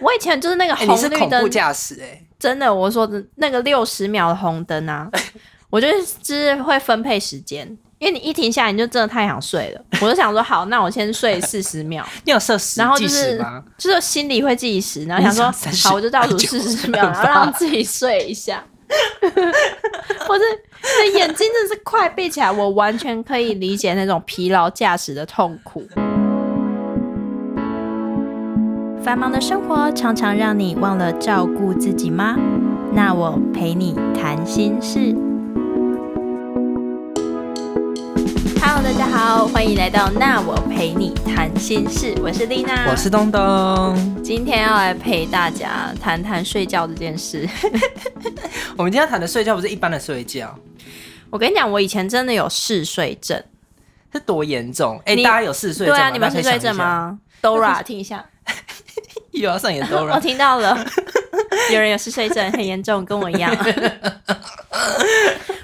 我以前就是那个哎、红你是绿恐灯怖，驾驶哎，真的，我说的那个六十秒的红灯 啊，我就是就是会分配时间，因为你一停下来你就真的太想睡了，我就想说好，那我先睡四十秒，你有设时然后计就时是吗？就是心里会计时，然后想你想说30好，我就倒数四十秒，然后让自己睡一下。 我这这眼睛真的是快闭起来，我完全可以理解那种疲劳驾驶的痛苦。繁忙的生活常常让你忘了照顾自己吗？那我陪你谈心事。Hello，大家好，欢迎来到《那我陪你谈心事》，我是丽娜，我是东东，今天要来陪大家谈谈睡觉这件 事。我们今天谈的睡觉不是一般的睡觉，我跟你讲，我以前真的有嗜睡症。是多严重？哎、你大家有嗜睡对症吗？啊，你们大嗜家可以睡想症一 下？吗？Dora，听一下，又要上演都我 了。听到 了，有人有嗜睡症，很严重，跟我一样。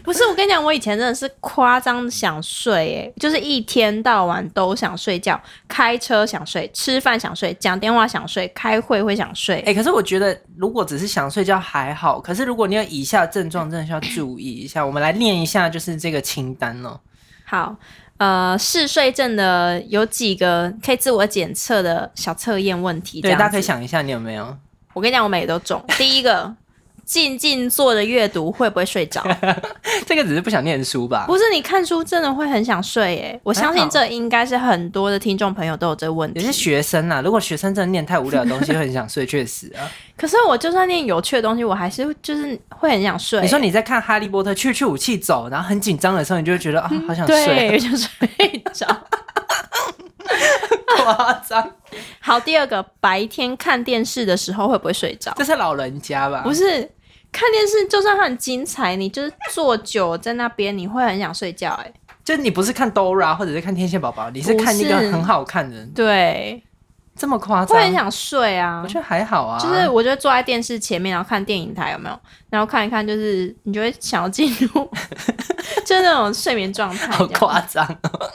不是，我跟你讲，我以前真的是夸张想睡、欸，就是一天到晚都想睡觉，开车想睡，吃饭想睡，讲电话想睡，开会会想睡。哎、可是我觉得，如果只是想睡觉还好，可是如果你有以下症状，真的需要注意一下。我们来念一下，就是这个清单哦。好，呃，嗜睡症的有几个可以自我检测的小测验问题，对，这样大子家可以。想一下，你有没有？ 我跟你讲，我每个都中。第一个， 静静坐着阅读会不会睡 着？这个只是不想念书吧？不是，你看书真的会很想睡耶、我相还信好这应该是很多的听众朋友都有这问有些题。学生啊，如果学生真的念太无聊的东西，会很想睡，确实 啊。可是我就算念有趣的东西，我还是就是会很想睡耶、你说你在看《哈利波特》去去武器走，然后很紧张的时候，你就会觉得啊，好想睡，嗯对， 就睡着。夸张。好，第二个，白天看电视的时候会不会睡着？这是老人家吧？不是看电视，就算它很精彩，你就是坐久在那边，你会很想睡觉、欸。哎，就你不是看 Dora 或者是看天线宝宝，你是看一个不是很好看的，对，这么夸张会？很想睡啊我。觉得还好啊，就是我觉得坐在电视前面，然后看电影台有没有，然后看一看，就是你就会想要进入， 就是那种睡眠状态好这样，夸张 哦。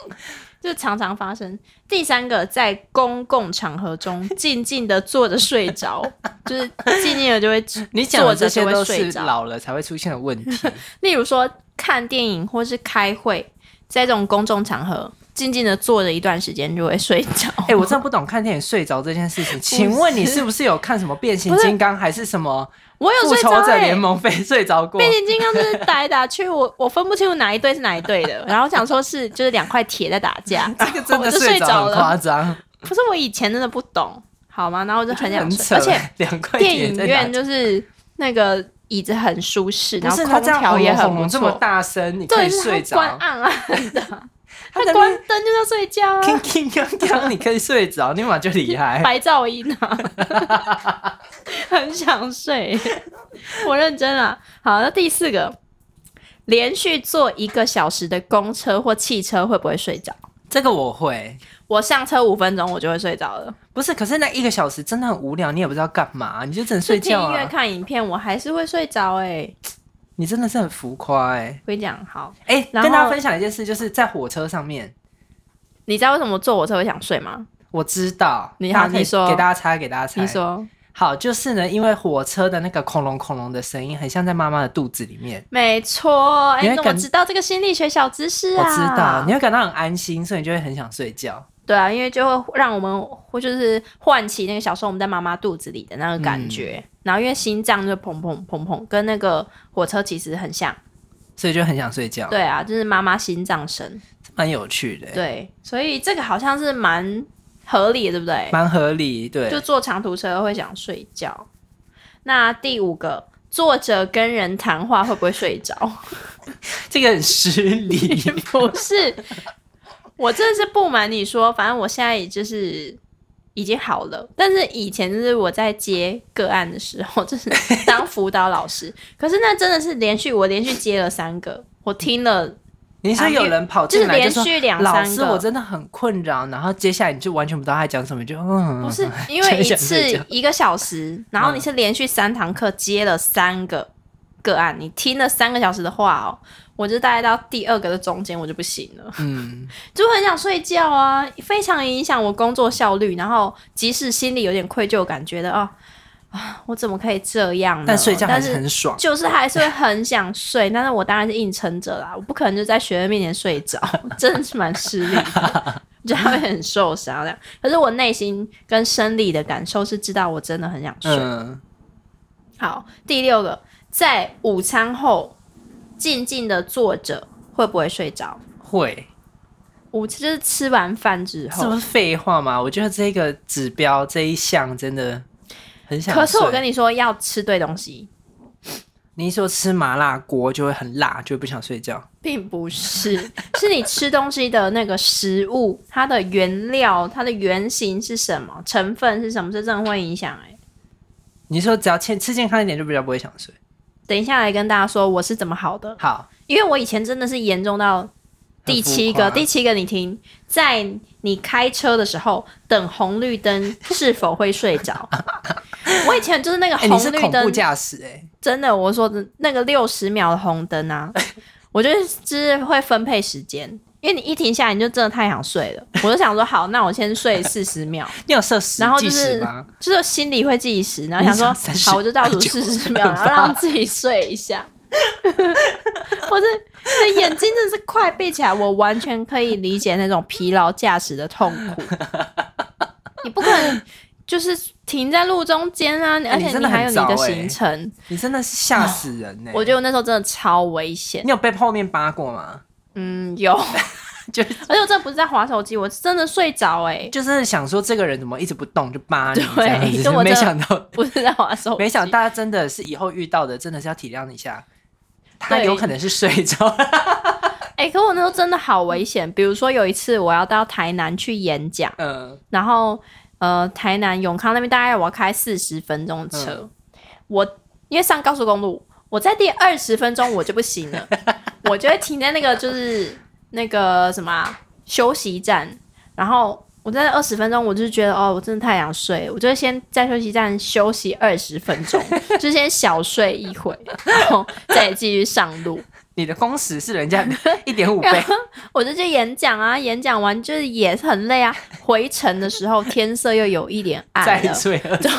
就常常发生。第三个，在公共场合中静静的坐着睡着，就是静静的就会 你讲坐的着这些就都会睡是着。老了才会出现的问题。例如说看电影或是开会，在这种公众场合静静的坐着一段时间就会睡 着。哎、我真的不懂看电影睡着这件 事情。请问你是不是有看什么变形不是金刚还是什么我有复睡仇着、者欸联。盟被睡着过？变形金刚就是打来打去，我我分不清楚哪一队是哪一队 的，然后想说是就是两块铁在打架，这个真我的就睡着着很了。夸张，可是我以前真的不懂，好吗？然后我就很想很睡，扯。而 且两块电铁影在院打就是那个椅子很舒适，然不后是空他这样调也很轰不隆这么错，大声，你可对，以就是睡它关着。暗 暗的，它在那关灯就是要睡觉啊。叮叮当当，你可以睡着，立马就厉 害。白噪音啊， 很想睡。我认真了。好，那第四个，连续坐一个小时的公车或汽车会不会睡着？这个我会，我上车五分钟我就会睡着了。不是，可是那一个小时真的很无聊，你也不知道干嘛，你就只能 睡觉听音乐、啊。看影片，我还是会睡着、欸。你真的是很浮夸哎哎，跟你讲，好，哎，然跟后大家分享一件事，就是在火车上面，你知道为什么坐火车会想睡吗？我知道，你大家好可以你说给大家猜，给大家猜。你说好，就是呢，因为火车的那个恐龙恐龙的声音，很像在妈妈的肚子里面。没错。哎、你你会怎么感知道这个心理学小知识我啊？知道，你会感到很安心，所以你就会很想睡觉。对啊，因为就会让我们或就是唤起那个小时候我们在妈妈肚子里的那个感觉，嗯然后因为心脏就砰砰砰砰，跟那个火车其实很像。所以就很想睡觉，对啊，就是妈妈心脏声。蛮有趣的，欸对，所以这个好像是蛮合理的，对不对？蛮合理。对，就坐长途车会想睡觉。那第五个，坐着跟人谈话会不会睡着？这个很 失礼。不是，我真的是不瞒你说，反正我现在也就是已经好了，但是以前就是我在接个案的时候，就是当辅导老师，可是那真的是连续我连续接了三个，我听了你说有人跑啊就是进来连哦就说。续两老三师，我个。真的很困扰。然后接下来你就完全不知道他在讲什么，就嗯，不是因为一真想次睡觉嗯一个小时，然后你是连续三堂课接了三个，个案，你听了三个小时的话哦，我就大概到第二个的中间我就不行了，嗯，就很想睡觉啊，非常影响我工作效率。然后即使心里有点愧疚感，觉得哦啊，我怎么可以这样呢？但睡觉还但是很爽。就是还是会很想睡，但是我当然是硬撑着啦，我不可能就在学生面前睡着， 真的是蛮吃力的， 就会很受伤这样。可是我内心跟生理的感受是知道我真的很想睡。嗯，好，第六个，在午餐后静静的坐着会不会睡着？会，午就是吃完饭之这不后。是废话吗？我觉得这个指标这一项真的很想睡。可是我跟你说，要吃对东西，你一说吃麻辣锅就会很辣，就会不想睡觉。并不 是，是你吃东西的那个食物，它的原料、它的原型是什么，成分是什么，这真的会影响、欸。你说只要吃吃健康一点，就比较不会想睡。等一下来跟大家说我是怎么好的，好，因为我以前真的是严重到第七很个，浮夸第七个你听，在你开车的时候等红绿灯是否会睡 着？我以前就是那个哎、你是啊红绿恐灯怖驾驶哎，真的，我说的那个六十秒的红灯 啊，我就是就是会分配时间，因为你一停下来你就真的太想睡 了，我就想说好，那我先睡四十秒，你有设时然后计就时是吗？就是心里会计时，然后想你想说30好，我就倒数四十秒，然后让自己睡一 下。我这这眼睛真的是快闭起来，我完全可以理解那种疲劳驾驶的痛 苦。你不可能就是停在路中间啊，而哎你且真你的很还有你的糟欸行程。你真的是吓死人呢、欸我觉得我那时候真的超危险。你有被后面扒过吗？嗯，有， 就而且我真的不是在划手机，我是真的睡着哎、就真的想说这个人怎么一直不动就扒你对这样子就我真的没想到，不是在划手机。没想到大家真的是以后遇到的真的是要体谅一下，他对有可能是睡着了。哎、可我那时候真的好危险。比如说有一次我要到台南去演讲， 嗯，然后呃，台南永康那边大概我要开四十分钟的车，我因为上高速公路，我在第二十分钟我就不行了，我就会停在那个就是那个什么啊、休息站，然后。我在二十分钟，我就觉得哦，我真的太想睡了，我就会先在休息站休息二十分钟，就先小睡一会，然后再继续上路。你的工时是人家一 点五倍，我就去演讲啊，演讲完就是也是很累啊。回程的时候天色又有一点暗再了，睡了。 对，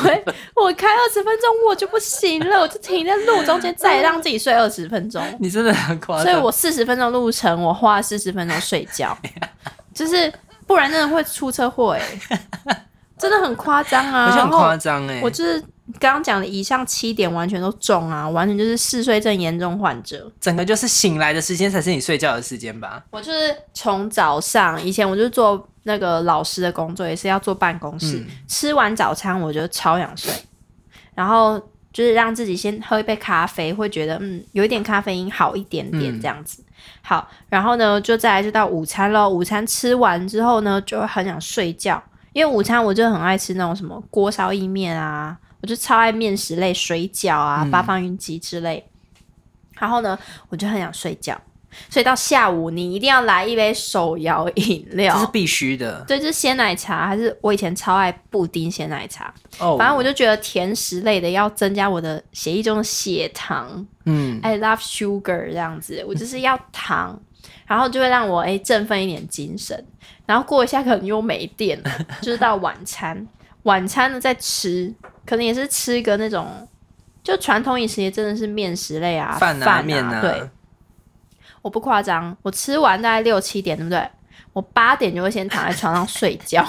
我开二十分钟我就不行了，我就停在路中间，再让自己睡二十分钟。你真的很夸所以张。我四十分钟路程，我花四十分钟睡 觉，就是不然真的会出车祸哎、真的很夸张啊。而且然很后夸张哎我，就是刚刚讲的以上七点完全都中啊，完全就是嗜睡症严重患者。整个就是醒来的时间才是你睡觉的时间吧？我就是从早上，以前我就做那个老师的工作，也是要坐办公室。嗯吃完早餐，我就超想睡，然后就是让自己先喝一杯咖啡，会觉得嗯，有一点咖啡因好一点点嗯这样子。好，然后呢，就再来就到午餐喽。午餐吃完之后呢，就很想睡觉，因为午餐我就很爱吃那种什么锅烧意面啊，我就超爱面食类、水饺啊、嗯八方云集之类。然后呢，我就很想睡觉，所以到下午你一定要来一杯手摇饮这是料。必须的对，就是鲜奶茶，还是我以前超爱布丁鲜奶茶。哦。反正我就觉得甜食类的要增加我的血液中的血糖嗯， ，I love sugar 这样子，我就是要糖，然后就会让我哎、振奋一点精神。然后过一下可能又没电了，就是到晚餐，晚餐呢再吃，可能也是吃个那种，就传统饮食也真的是面食类啊，饭啊啊面啊，对，我不夸张，我吃完大概六七点，对不对？我八点就会先躺在床上睡觉，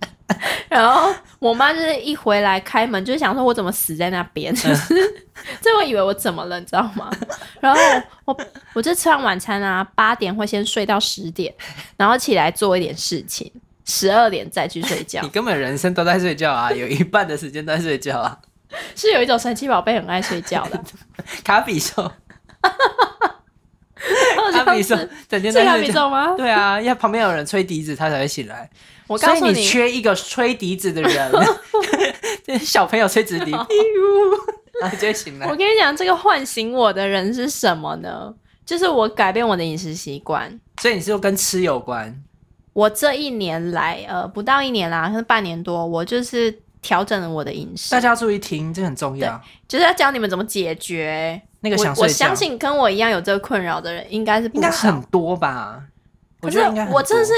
然后我妈就是一回来开门就想说，我怎么死在那边？嗯就是就会以为我怎么了，你知道吗？然后我我就吃完晚餐啊，八点会先睡到十点，然后起来做一点事情，十二点再去睡觉 你。根本人生都在睡觉啊，有一半的时间都在睡觉啊。是有一种神奇宝贝很爱睡觉 的，卡 比兽，好卡像比 兽是，整天是在卡睡比觉。兽 吗？对啊，要旁边有人吹笛子，他才会起来。我所告以诉你缺一个吹笛子的人， 这小朋友吹 直笛，哎然后就会醒来我。跟你讲，这个唤醒我的人是什么呢？就是我改变我的饮食习惯。所以你是说跟吃有关？我这一年来，呃，不到一年啦，可是半年多，我就是调整了我的饮食大，家要注意听，这很重要。就是要教你们怎么解决。那个想我睡我觉，相信跟我一样有这个困扰的人应该是不应该少很多吧？我可觉是得应该很多我真的是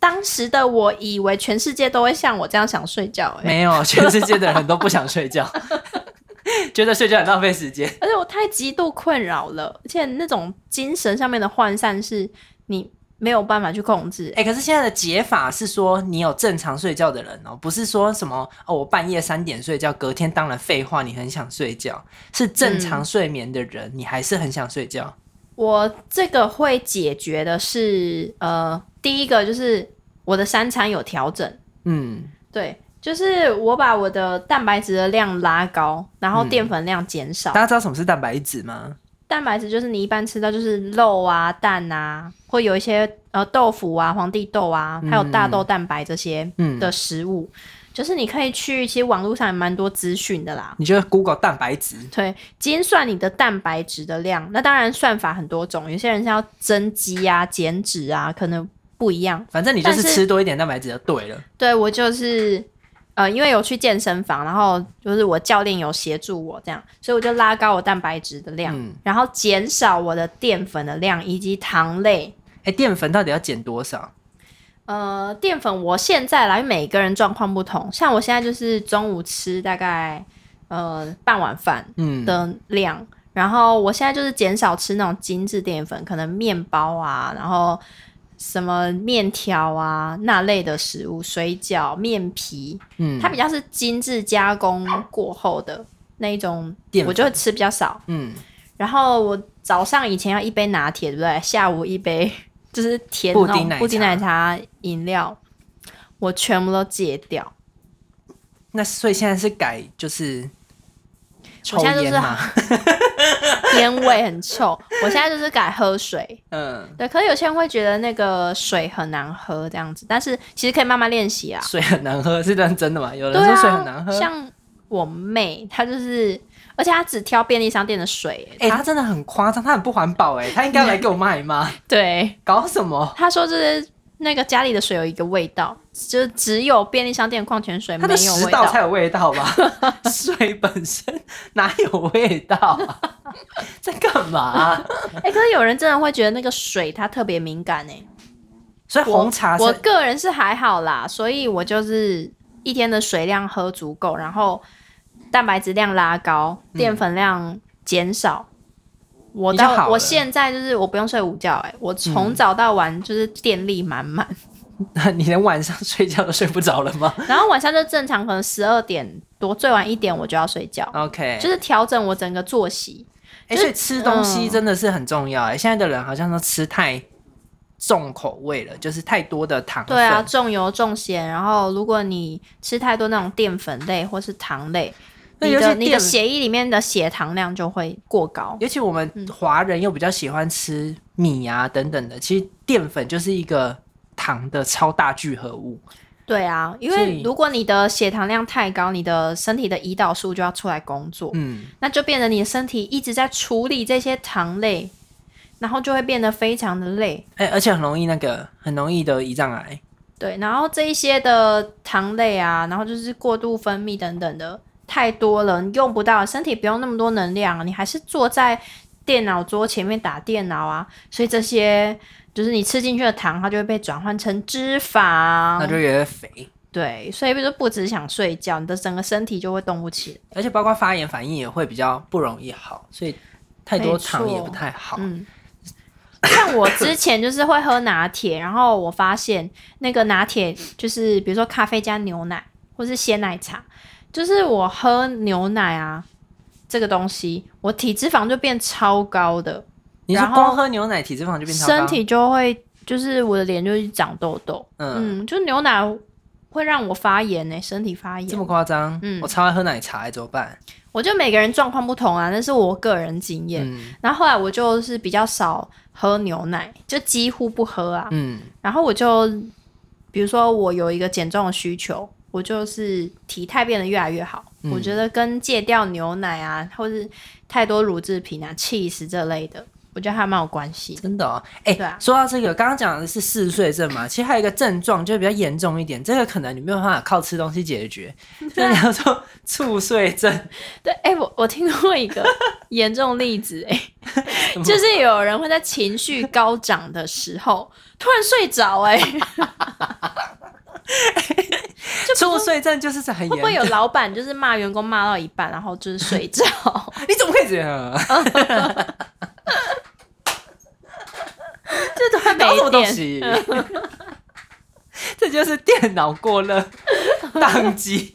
当时的我以为全世界都会像我这样想睡觉、欸，没有，全世界的人都不想睡觉， 觉得睡觉很浪费时间。而且我太极度困扰了，而且那种精神上面的涣散是你没有办法去控制、哎、可是现在的解法是说，你有正常睡觉的人哦，不是说什么哦，我半夜三点睡觉，隔天当然废话，你很想睡觉，是正嗯常睡眠的人，你还是很想睡觉。我这个会解决的是，呃，第一个就是我的三餐有调整，嗯，对，就是我把我的蛋白质的量拉高，然后嗯淀粉量减少。大家知道什么是蛋白质吗？蛋白质就是你一般吃到就是肉啊、蛋啊，或有一些呃豆腐啊、皇帝豆啊，还有大豆蛋白这些嗯，的食物，就是你可以去，其实网络上也蛮多资讯的啦。你就 Google 蛋白质，对，精算你的蛋白质的量，那当然算法很多种，有些人是要增肌啊、减脂啊，可能不一样。反正你就但是是吃多一点蛋白质就对了。对我就是呃，因为有去健身房，然后就是我教练有协助我这样，所以我就拉高我蛋白质的量，嗯然后减少我的淀粉的量以及糖类。哎、淀粉到底要减多少？呃，淀粉我现在来，每个人状况不同，像我现在就是中午吃大概呃半碗饭嗯，的量。然后我现在就是减少吃那种精致淀粉，可能面包啊，然后什么面条啊那类的食物，水饺、面皮，嗯它比较是精致加工过后的那一种淀，粉我就会吃比较少。嗯，然后我早上以前要一杯拿铁，对不对？下午一杯就是甜布那丁种奶茶布丁奶茶饮料，我全部都戒掉。 那所以现在是改就是抽我现在就是烟嘛，烟味很臭，我现在就是改喝水。嗯，对，可是有些人会觉得那个水很难喝这样子，但是其实可以慢慢练习啊。水很难喝，是认真的吗？有对人说啊，水很难喝，像我妹，她就是，而且她只挑便利商店的水、哎、他真的很夸张，他很不环保 哎、他应该来给我骂一骂，对，搞什么？他说这是那个家里的水有一个味道，就是只有便利商店矿泉水没他的有食味道道才。有味 道吧？水本身哪有味道、啊？ 在干嘛啊、哎、可是有人真的会觉得那个水它特别敏感哎、 所以红茶我是个人是还好啦，所以我就是一天的水量喝足够，然后蛋白质量拉高，淀粉量减少。我你就到好我了嗯现在就是我不用睡午觉哎、我从早到晚就是电力满满， 你连晚上睡觉都睡不着了吗然后晚上就正常可能十二点多最晚一点我就要睡觉， ？OK，就是调整我整个作息。哎、就是嗯所以吃东西真的是很重要哎、现在的人好像都吃太重口味了，就是太多的糖分。对啊，重油重咸，然后如果你吃太多那种淀粉类或是糖类，那你尤的其你的淀血液里面的血糖量就会过高。尤其我们嗯华人又比较喜欢吃米啊等等的，其实淀粉就是一个糖的超大聚合物。对啊，因所为以如果你的血糖量太高，你的身体的胰岛素就要出来工作，嗯，那就变得你的身体一直在处理这些糖类，然后就会变得非常的累。哎、而且很容易那个，很容易得胰脏癌。对，然后这一些的糖类啊，然后就是过度分泌等等的太多了，你用不到，身体不用那么多能量啊，你还是坐在电脑桌前面打电脑啊，所以这些就是你吃进去的糖，它就会被转换成脂那肪。就越来越肥，对，所以就不只想睡觉，你的整个身体就会动不起来。而且包括发炎反应也会比较不容易好，所以太多糖没错也不太好。嗯，像我之前就是会喝拿铁，然后我发现那个拿铁就是比如说咖啡加牛奶，或是鲜奶茶，就是我喝牛奶啊这个东西，我体脂肪就变超高的，你嗯是然后光喝牛奶，体脂肪就变超高身体就会就是我的脸就会长痘痘，嗯嗯就牛奶会让我发炎呢、欸身体发这炎。么夸张？嗯我超爱喝奶茶、欸，怎么办？我觉得每个人状况不同啊，那是我个人经验。嗯然后后来我就是比较少喝牛奶，就几乎不喝啊。嗯，然后我就，比如说我有一个减重的需求，我就是体态变得越来越好。嗯我觉得跟戒掉牛奶啊，或是太多乳制品啊、cheese 这类的，我我觉得还蛮有关系的。真的哦，哎、对啊说到这个，刚刚讲的是嗜睡症嘛，其实还有一个症状就比较严重一点，这个可能你没有办法靠吃东西 解决，这叫做猝睡症。对，哎、我我听过一个严重例子、 哎，就是有人会在情绪高涨的时候突然睡着、哎，猝睡症就是很严会不会重，有老板就是骂员工骂到一半，然后就是睡着？你怎么可以 这样？这都会搞什么没东电。西？ 这就是电脑过热 宕机。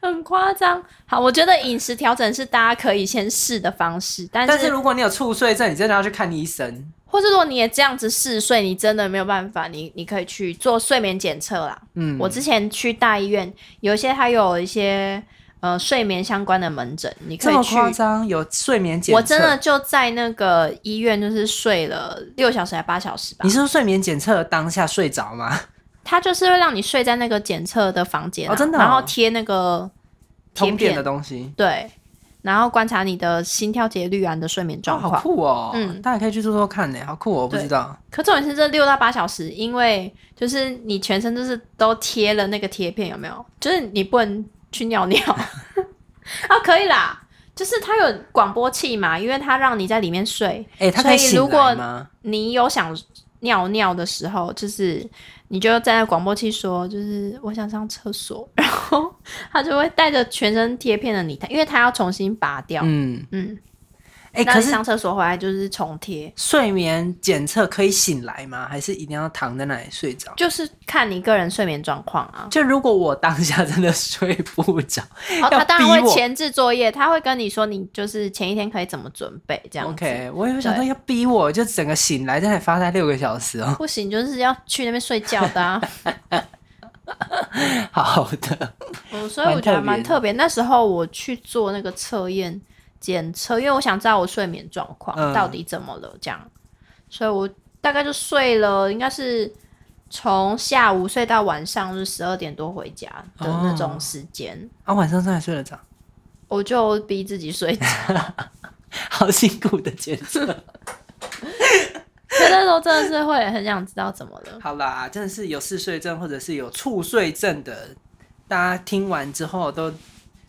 很夸张。好，我觉得饮食调整是大家可以先试的方式，但是但是如果你有猝睡症，你真的要去看医生。或是如果你也这样子嗜睡，你真的没有办法，你你可以去做睡眠检测啦。嗯，我之前去大医院，有一些它有一些呃睡眠相关的门诊，你可这以么去。夸张，有睡眠检测？我真的，就在那个医院，就是睡了六小时还八小时吧你。是说睡眠检测当下睡着吗？它就是会让你睡在那个检测的房间啊、哦真的哦然后贴那个贴通电片的，东西，对，然后观察你的心跳节律啊、你的睡眠哦，状好况。酷哦！嗯大家可以去做做看呢，好酷哦！我不对知道，可重点是这六到八小时，因为就是你全身就是都贴了那个贴片，有没有？就是你不能去尿尿 啊，可以啦。就是它有广播器嘛，因为它让你在里面睡。哎、他所可以醒如果来吗？你有想尿尿的时候，就是你就在那广播器说，就是我想上厕所，然后它就会带着全身贴片的你，因为它要重新拔掉。嗯，嗯，哎、那可你是上厕所回来就是重贴，睡眠检测可以醒来吗？还是一定要躺在那里睡着？就是看你个人睡眠状况啊。就如果我当下真的睡不着哦， 要他当然逼会我前置作业，他会跟你说你就是前一天可以怎么准备这样子。 ，OK，我有想到要逼我就整个醒来在那里发呆六个小时 哦。不行，就是要去那边睡觉的、 啊，好的，嗯，所以我觉得还蛮蛮特别的特别。那时候我去做那个测验检测，因为我想知道我睡眠状况嗯到底怎么了，这样，所以我大概就睡了，应该是从下午睡到晚上，就是十二点多回家的那种时间，啊，晚上真的睡 得着，我就逼自己睡觉。 好辛苦的检测。可那时候真的是会很想知道怎么了。 好啦，真的是有嗜睡症或者是有猝睡症的，大家听完之后都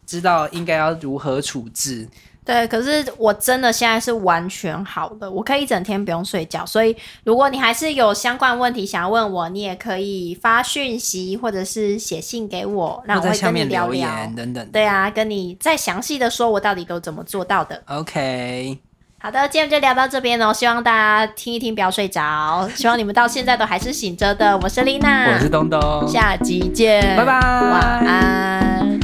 知道应该要如何处置。对，可是我真的现在是完全好的，我可以一整天不用睡觉。所以，如果你还是有相关问题想要问我，你也可以发讯息或者是写信给我，那那我在会下跟你面聊留聊。言等等。对啊，跟你再详细的说我到底都怎么做到的。 OK，好的，今天就聊到这边哦，希望大家听一听，不要睡着。希望你们到现在都还是醒着的。我是丽我娜是，东东，下集见，拜拜晚安。